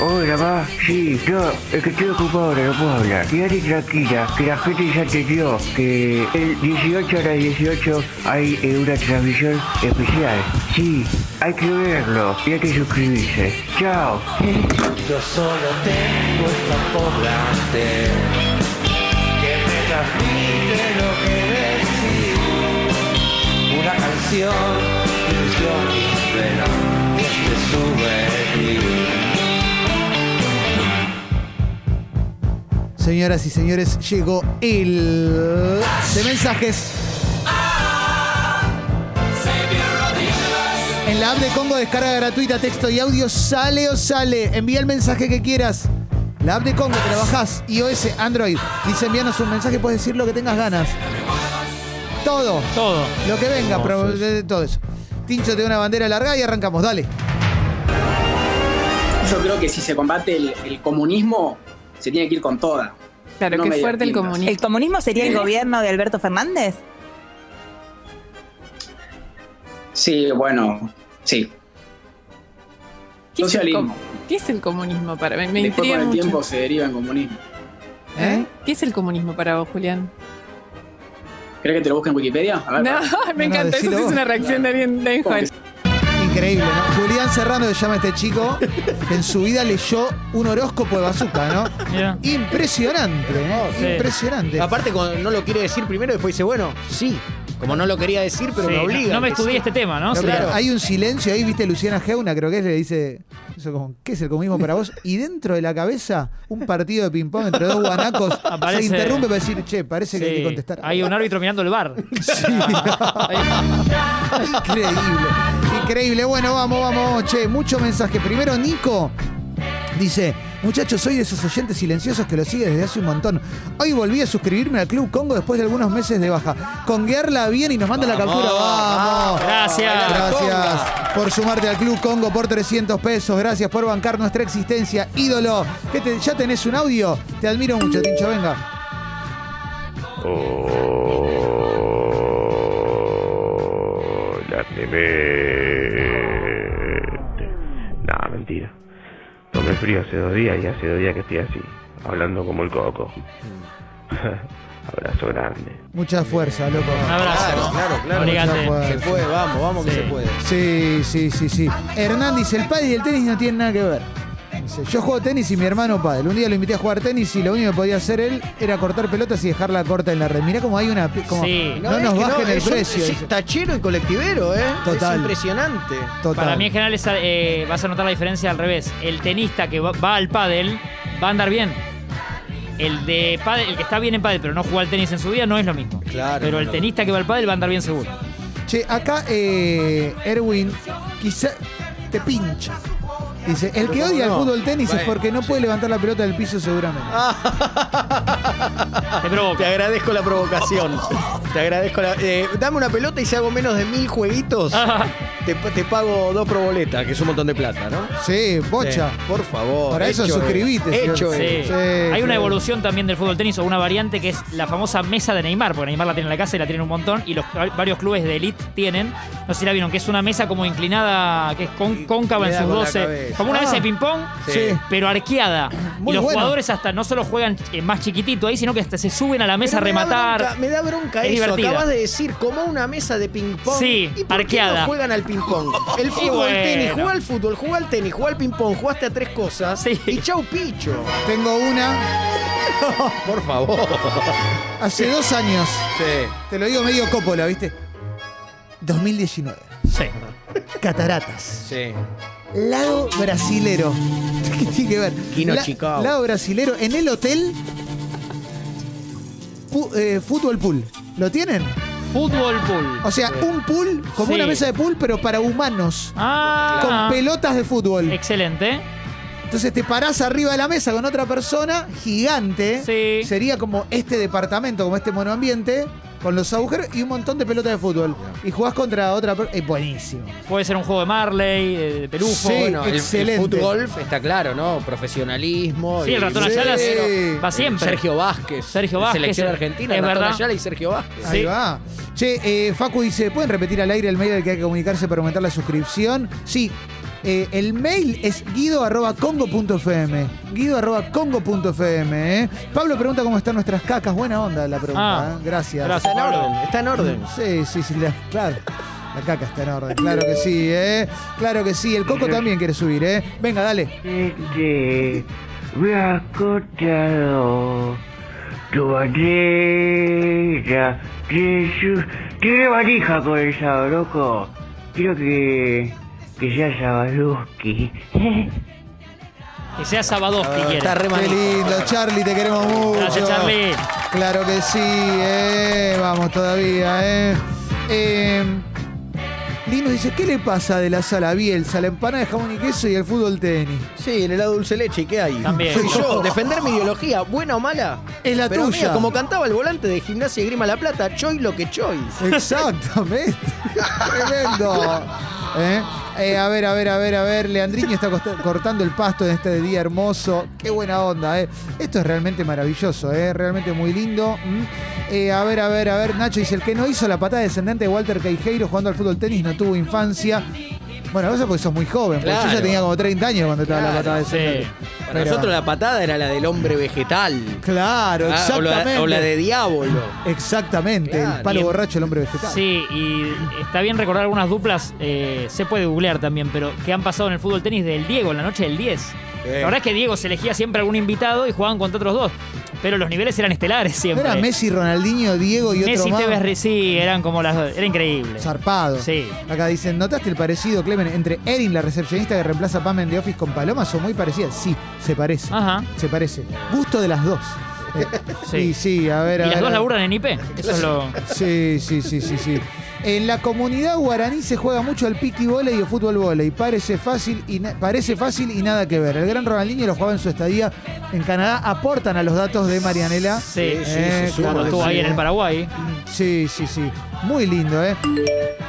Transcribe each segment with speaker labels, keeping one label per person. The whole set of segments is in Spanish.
Speaker 1: Hola, ma. Sí, yo, es que estoy ocupado ahora, no puedo hablar. Quédate tranquila, que la gente ya te vio que el 18 a las 18 hay eh, una transmisión especial. Sí, hay que verlo y hay que suscribirse. Chao.
Speaker 2: Yo solo tengo esta poblante que me transmite lo que decís. Una canción, ilusión y espera que te sube
Speaker 3: Señoras y señores, llegó el de mensajes. En la app de Congo descarga gratuita, texto y audio, sale o sale. Envía el mensaje que quieras. La app de Congo, trabajás, iOS, Android. Dice envíanos un mensaje, puedes decir lo que tengas ganas. Todo,
Speaker 4: Todo.
Speaker 3: lo que venga, pro- de- de todo eso. Tincho de una bandera larga y arrancamos,
Speaker 4: ¿Eh?
Speaker 3: dale.
Speaker 5: Yo creo que si se combate el, el comunismo, se tiene que ir con toda.
Speaker 6: Claro,
Speaker 5: No
Speaker 6: qué
Speaker 5: me
Speaker 6: fuerte el
Speaker 5: digas.
Speaker 6: comunismo.
Speaker 7: ¿El comunismo sería el gobierno de Alberto Fernández?
Speaker 5: Sí, bueno, sí.
Speaker 6: ¿Qué es el,
Speaker 5: Socialismo.
Speaker 6: com- qué es el comunismo para mí? Me
Speaker 5: Después
Speaker 6: intriga
Speaker 5: con el
Speaker 6: mucho.
Speaker 5: tiempo se deriva en comunismo.
Speaker 6: ¿Eh? ¿Qué es el comunismo para vos, Julián?
Speaker 5: ¿Crees que te lo busque en Wikipedia? A ver,
Speaker 6: No,
Speaker 5: para-
Speaker 6: me
Speaker 3: No, no,
Speaker 6: encanta. Eso
Speaker 3: decilo
Speaker 6: sí es
Speaker 3: vos.
Speaker 6: una reacción de alguien, de alguien
Speaker 5: Porque
Speaker 6: joven.
Speaker 3: Increíble, ¿no? Julián Serrano se llama este chico, que en su vida leyó un horóscopo de bazooka, ¿no?
Speaker 4: Mirá.
Speaker 3: Impresionante, ¿eh?
Speaker 4: sí.
Speaker 3: Impresionante.
Speaker 8: Aparte, cuando no lo quiere decir primero, después dice, bueno, sí. Como no lo quería decir, pero
Speaker 4: Sí,
Speaker 8: me
Speaker 4: no-
Speaker 8: obliga.
Speaker 4: No me estudié este tema, ¿no?
Speaker 3: No,
Speaker 4: Sí.
Speaker 3: claro,
Speaker 8: claro.
Speaker 3: Hay un silencio ahí, viste, Luciana Geuna, creo que es, le dice, eso como, ¿qué es el comunismo para vos? Y dentro de la cabeza, un partido de ping-pong entre dos guanacos
Speaker 4: Aparece-
Speaker 3: se interrumpe para decir, che, parece que hay
Speaker 4: Sí.
Speaker 3: que contestar.
Speaker 4: Hay un árbitro mirando el bar.
Speaker 3: Increíble, increíble. Bueno, vamos, vamos, vamos, che, mucho mensaje. Primero, Nico dice: Muchachos, soy de esos oyentes silenciosos que lo sigue desde hace un montón. Hoy volví a suscribirme al Club Congo después de algunos meses de baja. Conguearla bien y nos manda la captura. ¡Vamos!
Speaker 4: Gracias.
Speaker 3: Gracias por sumarte al Club Congo por 300 pesos. Gracias por bancar nuestra existencia. Ídolo, ¿Qué te- ¿ya tenés un audio? Te admiro mucho, Tincho, venga.
Speaker 9: Hola, Clemente. Nah, mentira. Tomé frío hace dos días y hace dos días que estoy así, hablando como el coco. Abrazo grande.
Speaker 3: Mucha fuerza, loco.
Speaker 4: Un abrazo.
Speaker 8: Claro, claro, claro.
Speaker 4: Obligate.
Speaker 3: Mucha fuerza.
Speaker 8: Se puede, vamos, vamos
Speaker 4: Sí.
Speaker 8: que se puede.
Speaker 3: Sí, sí, sí, sí. Hernán dice, el pádel y el tenis no tienen nada que ver. Dice, Yo juego tenis y mi hermano pádel. Un día lo invité a jugar tenis y lo único que podía hacer él era cortar pelotas y dejarla corta en la red. Mirá como hay una... pi- como-
Speaker 4: Sí.
Speaker 3: No nos
Speaker 8: es que
Speaker 3: bajen el
Speaker 8: es un-
Speaker 3: precio,
Speaker 8: es
Speaker 3: dice.
Speaker 8: tachero y colectivero, ¿eh?
Speaker 3: Total.
Speaker 8: Es impresionante.
Speaker 3: Total.
Speaker 4: Para mí en general es, eh, vas a notar la diferencia al revés. El tenista que va, va al pádel va a andar bien. El de pádel, el que está bien en pádel pero no jugó al tenis en su vida no es lo mismo.
Speaker 8: Claro,
Speaker 4: pero el
Speaker 8: no.
Speaker 4: tenista que va al pádel va a andar bien seguro.
Speaker 3: Che, acá eh, Erwin quizá te pincha. Dice, el que
Speaker 8: Pero
Speaker 3: odia el
Speaker 8: cómo no.
Speaker 3: fútbol tenis es
Speaker 8: Bueno, Ah.
Speaker 3: porque no puede levantar la pelota del piso seguramente.
Speaker 8: Te
Speaker 4: Te provoca.
Speaker 8: agradezco la provocación. Te agradezco la. eh, dame una pelota y si hago menos de mil jueguitos, te, te pago dos proboletas, que es un montón de plata, ¿no?
Speaker 3: Sí, bocha.
Speaker 8: Sí, por favor.
Speaker 3: Para eso
Speaker 8: hecho es.
Speaker 3: suscribite, señor.
Speaker 8: Hecho eh,
Speaker 4: Sí.
Speaker 8: es.
Speaker 3: Sí,
Speaker 4: Hay
Speaker 3: claro.
Speaker 4: una evolución también del fútbol tenis o una variante que es la famosa mesa de Neymar, porque Neymar la tiene en la casa y la tiene un montón y los varios clubes de elite tienen, no sé si la vieron, que es una mesa como inclinada, que es con-
Speaker 8: Y
Speaker 4: cóncava
Speaker 8: le
Speaker 4: en
Speaker 8: da
Speaker 4: sus
Speaker 8: con la
Speaker 4: 12,
Speaker 8: cabeza.
Speaker 4: como una
Speaker 3: Ah.
Speaker 4: mesa de ping pong,
Speaker 3: Sí.
Speaker 4: pero arqueada.
Speaker 3: Muy
Speaker 4: y los
Speaker 3: bueno.
Speaker 4: jugadores hasta no solo juegan eh, más chiquitito ahí, sino que hasta se suben a la mesa
Speaker 8: Pero
Speaker 4: a rematar.
Speaker 8: Me da bronca, me da bronca
Speaker 4: Es
Speaker 8: eso.
Speaker 4: divertida.
Speaker 8: Acabas de decir, como una mesa de ping-pong.
Speaker 4: Sí,
Speaker 8: ¿Y por qué
Speaker 4: arqueada.
Speaker 8: no juegan al ping-pong. El fútbol,
Speaker 4: bueno.
Speaker 8: el tenis, juega al fútbol, juega al tenis, juega al ping-pong, jugaste a tres cosas.
Speaker 4: Sí.
Speaker 8: Y chau, picho.
Speaker 3: Tengo una
Speaker 8: Por favor.
Speaker 3: hace dos años.
Speaker 8: Sí.
Speaker 3: Te lo digo medio cópola, ¿viste? 2019.
Speaker 4: Sí.
Speaker 3: Cataratas.
Speaker 8: Sí.
Speaker 3: Lago brasilero. ¿Qué tiene que ver?
Speaker 8: Quino Chicao.
Speaker 3: Lago brasilero en el hotel. Pu- eh, fútbol pool. ¿Lo tienen?
Speaker 4: Fútbol pool.
Speaker 3: O sea, un pool, como
Speaker 4: Sí.
Speaker 3: una mesa de pool, pero para humanos.
Speaker 4: Ah,
Speaker 3: Con pelotas de fútbol.
Speaker 4: excelente.
Speaker 3: Entonces te parás arriba de la mesa con otra persona gigante.
Speaker 4: Sí.
Speaker 3: Sería como este departamento, como este monoambiente, con los agujeros y un montón de pelotas de fútbol. Y jugás contra otra persona. Es buenísimo.
Speaker 4: Puede ser un juego de Marley, de, de pelufo.
Speaker 3: Sí,
Speaker 8: Bueno, el-
Speaker 3: excelente.
Speaker 8: El, fútbol está claro, ¿no? Profesionalismo.
Speaker 4: Sí, el
Speaker 8: y-
Speaker 4: ratón
Speaker 8: Sí.
Speaker 4: Ayala
Speaker 3: sí.
Speaker 4: va siempre.
Speaker 8: Sergio Vázquez.
Speaker 4: Sergio
Speaker 8: La
Speaker 4: Vázquez,
Speaker 8: Selección
Speaker 4: es-
Speaker 8: argentina,
Speaker 4: es
Speaker 8: el ratón
Speaker 4: verdad.
Speaker 8: Ayala y Sergio Vázquez.
Speaker 3: Ahí
Speaker 4: Sí.
Speaker 3: va. Che, eh, Facu dice, ¿pueden repetir al aire el mail al que hay que comunicarse para aumentar la suscripción? Sí. Eh, el mail es guido.congo.fm. Guido.congo.fm. ¿eh? Pablo pregunta cómo están nuestras cacas. Buena onda la pregunta.
Speaker 4: Ah,
Speaker 3: ¿eh? Gracias. Mm,
Speaker 4: gracias.
Speaker 8: Está en orden, está en orden.
Speaker 3: Sí, sí, sí, la- claro. La caca está en orden, claro que sí, ¿eh? Claro que sí, el coco también quiere subir, ¿eh? Venga, dale.
Speaker 1: Este, me has cortado tu bandera. Jesús. Tiene valija con el sábado, loco. Quiero que, que sea Sabaluski.
Speaker 4: Que sea Sabados que quiere.
Speaker 8: Está re
Speaker 3: Qué
Speaker 8: manija.
Speaker 3: lindo, Charlie, te queremos mucho.
Speaker 4: Gracias, Charlie.
Speaker 3: Claro que sí, ¿eh? Vamos todavía, ¿eh? eh Lino dice, ¿qué le pasa de la sala Bielsa, la empanada de jamón y queso y el fútbol tenis?
Speaker 8: Sí, en el helado dulce leche, ¿qué hay?
Speaker 4: También.
Speaker 8: Soy yo, defender mi ideología, buena o mala.
Speaker 3: Es la
Speaker 8: Pero
Speaker 3: tuya.
Speaker 8: mira, como cantaba el volante de Gimnasia y Grima La Plata, choy lo que choy.
Speaker 3: Exactamente. Tremendo. ¿Eh? Eh, a ver, a ver, a ver, a ver. Leandriño está costa- cortando el pasto en este día hermoso. Qué buena onda, ¿eh? Esto es realmente maravilloso, ¿eh? Realmente muy lindo. ¿Mm? Eh, a ver, a ver, a ver. Nacho dice: el que no hizo la patada descendente de Walter Queijeiro jugando al fútbol tenis no tuvo infancia. Bueno, eso porque sos muy joven. porque yo
Speaker 8: Claro.
Speaker 3: ya tenía como 30 años cuando estaba la
Speaker 8: Claro,
Speaker 3: patada descendente.
Speaker 4: sí.
Speaker 8: Para
Speaker 3: Pero-
Speaker 8: nosotros la patada era la del hombre vegetal.
Speaker 3: Claro,
Speaker 8: Ah, o la-
Speaker 3: exactamente.
Speaker 8: O la, de diablo.
Speaker 3: Exactamente. el
Speaker 8: Claro.
Speaker 3: palo
Speaker 4: Y-
Speaker 3: borracho, el hombre vegetal.
Speaker 4: Sí, y está bien recordar algunas duplas, eh, se puede googlear también, pero que han pasado en el fútbol tenis del Diego, en la noche del 10. La verdad es que Diego se elegía siempre algún invitado y jugaban contra otros dos, pero los niveles eran estelares
Speaker 3: ¿No
Speaker 4: siempre.
Speaker 3: era Messi, Ronaldinho, Diego y otro
Speaker 4: Messi,
Speaker 3: más?
Speaker 4: Tevez, Re- sí, eran como las... Era increíble.
Speaker 3: Zarpado.
Speaker 4: Sí.
Speaker 3: Acá dicen, ¿notaste el parecido, Clemen, entre Erin, la recepcionista que reemplaza a Pam en The Office con Paloma? Son muy parecidas. Sí, se parece.
Speaker 4: Ajá.
Speaker 3: Se parece. Gusto de las dos. Eh,
Speaker 4: Ah. Sí.
Speaker 3: Y sí, a ver,
Speaker 4: Y
Speaker 3: a
Speaker 4: las
Speaker 3: ver,
Speaker 4: dos
Speaker 3: a ver.
Speaker 4: laburan en IP. Eso es lo...
Speaker 3: Sí, sí, sí, sí, sí. En la comunidad guaraní se juega mucho al piqui volei o fútbol volei. Parece fácil, y na- parece fácil y nada que ver. El gran Ronaldinho lo jugaba en su estadía en Canadá. Aportan a los datos de Marianela.
Speaker 4: Sí,
Speaker 8: Sí, sí,
Speaker 3: Eh,
Speaker 8: sí, sí,
Speaker 4: cuando
Speaker 8: sí,
Speaker 4: estuvo
Speaker 8: sí,
Speaker 4: ahí
Speaker 8: eh.
Speaker 4: en el Paraguay.
Speaker 3: Sí, sí, sí. Muy lindo, ¿eh?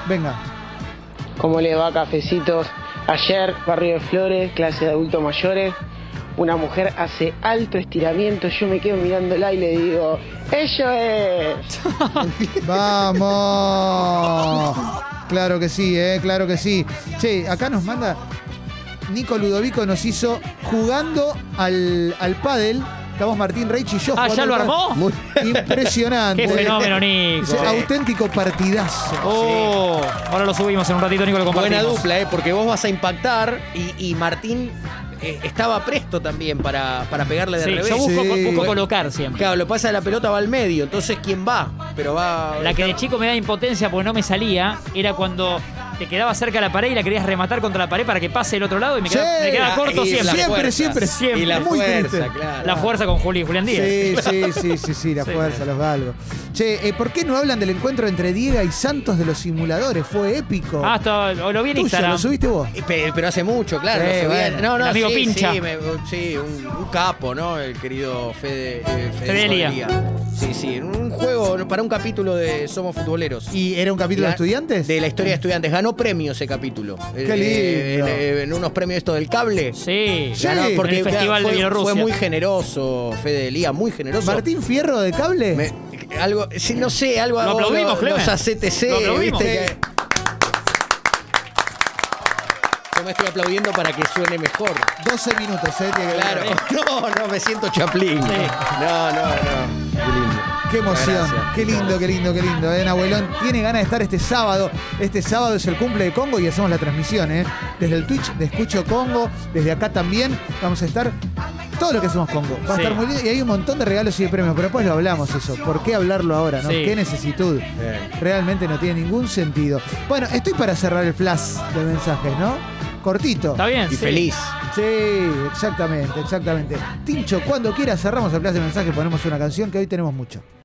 Speaker 3: Venga.
Speaker 10: ¿Cómo le va, cafecitos? Ayer, Barrio de Flores, clase de adultos mayores. Una mujer hace alto estiramiento, yo me quedo mirándola y le digo, ¡Ello es!
Speaker 3: ¡Vamos! Claro que sí, eh, claro que sí. Che, acá nos manda Nico Ludovico nos hizo jugando al, al pádel. Estamos Martín Reich y yo.
Speaker 4: Ah,
Speaker 3: jugando
Speaker 4: ¿ya
Speaker 3: al
Speaker 4: lo
Speaker 3: pádel.
Speaker 4: armó?
Speaker 3: Muy- Impresionante.
Speaker 4: Qué fenómeno, Nico.
Speaker 3: Dice, auténtico partidazo.
Speaker 4: Oh, ahora lo subimos en un ratito, Nico, lo
Speaker 8: Buena
Speaker 4: compartimos.
Speaker 8: dupla, ¿eh? porque vos vas a impactar y, y Martín eh, estaba presto también para, para pegarle de
Speaker 4: Sí,
Speaker 8: revés.
Speaker 4: yo busco,
Speaker 3: Sí.
Speaker 4: busco colocar siempre.
Speaker 8: Claro, lo que pasa es que la pelota va al medio, entonces ¿quién va? Pero va...
Speaker 4: La que de chico me da impotencia porque no me salía era cuando te quedaba cerca de la pared y la querías rematar contra la pared para que pase el otro lado y me quedaba,
Speaker 3: Sí.
Speaker 4: me quedaba corto
Speaker 8: Y la
Speaker 4: siempre.
Speaker 3: Siempre,
Speaker 8: fuerza,
Speaker 3: siempre,
Speaker 4: siempre.
Speaker 8: Y la
Speaker 3: Muy
Speaker 8: fuerza,
Speaker 3: triste.
Speaker 8: claro.
Speaker 4: La fuerza con Juli, Julián Díaz.
Speaker 3: Sí, sí, sí, sí, sí, la
Speaker 4: Sí,
Speaker 3: fuerza, los galgos. Che, eh, ¿por qué no hablan del encuentro entre Diego y Santos de los simuladores? Fue épico.
Speaker 4: Ah, esto- lo lo vi en
Speaker 3: Tuyo,
Speaker 4: Instagram.
Speaker 3: ¿Lo subiste vos?
Speaker 8: Eh, pe- Pero hace mucho, claro.
Speaker 3: Sí,
Speaker 8: no sé bien.
Speaker 3: bueno.
Speaker 8: No, no,
Speaker 4: El amigo
Speaker 8: sí,
Speaker 4: Pincha.
Speaker 8: Sí, me- uh, sí, un, un capo, ¿no? El querido Fede, eh, Federico
Speaker 4: Fedelia.
Speaker 8: Delía. Sí, sí, un juego para un capítulo de Somos Futboleros.
Speaker 3: ¿Y era un capítulo de estudiantes?
Speaker 8: De la historia de estudiantes. Ganó premio ese capítulo.
Speaker 3: Qué
Speaker 8: Eh,
Speaker 3: lindo.
Speaker 8: en, eh, en unos premios esto del cable.
Speaker 4: Sí.
Speaker 3: Sí.
Speaker 8: Ganó porque
Speaker 4: En el
Speaker 8: claro,
Speaker 4: Festival de
Speaker 8: fue,
Speaker 4: Bielorrusia.
Speaker 8: fue muy generoso, Fede Delía, muy generoso.
Speaker 3: ¿Martín Fierro de cable?
Speaker 8: Me- algo, sí, no sé, algo
Speaker 4: Lo aplaudimos,
Speaker 8: los-
Speaker 4: Clemen.
Speaker 8: Los ACTC,
Speaker 4: Lo aplaudimos.
Speaker 8: ¿viste? Que- Yo me estoy aplaudiendo para que suene mejor.
Speaker 3: 12 minutos, ¿eh? Tiene que
Speaker 8: Claro. No, no, me siento chaplín. No, no, no. Qué lindo.
Speaker 3: Qué emoción.
Speaker 8: Gracias.
Speaker 3: Qué lindo, qué lindo, qué lindo. ¿eh? Nahuelón tiene ganas de estar este sábado. Este sábado es el cumple de Congo y hacemos la transmisión, ¿eh? Desde el Twitch de Escucho Congo, desde acá también. Vamos a estar todo lo que hacemos Congo. Va a
Speaker 4: Sí.
Speaker 3: estar muy lindo y hay un montón de regalos y de premios, pero después lo hablamos eso. ¿Por qué hablarlo ahora, no?
Speaker 4: Sí.
Speaker 3: Qué necesitud. Realmente no tiene ningún sentido. Bueno, estoy para cerrar el flash de mensajes, ¿no? Cortito.
Speaker 4: Está bien.
Speaker 8: Y
Speaker 4: sí.
Speaker 8: feliz.
Speaker 3: Sí, exactamente, exactamente. Tincho, cuando quieras cerramos el plazo de mensaje, ponemos una canción que hoy tenemos mucho.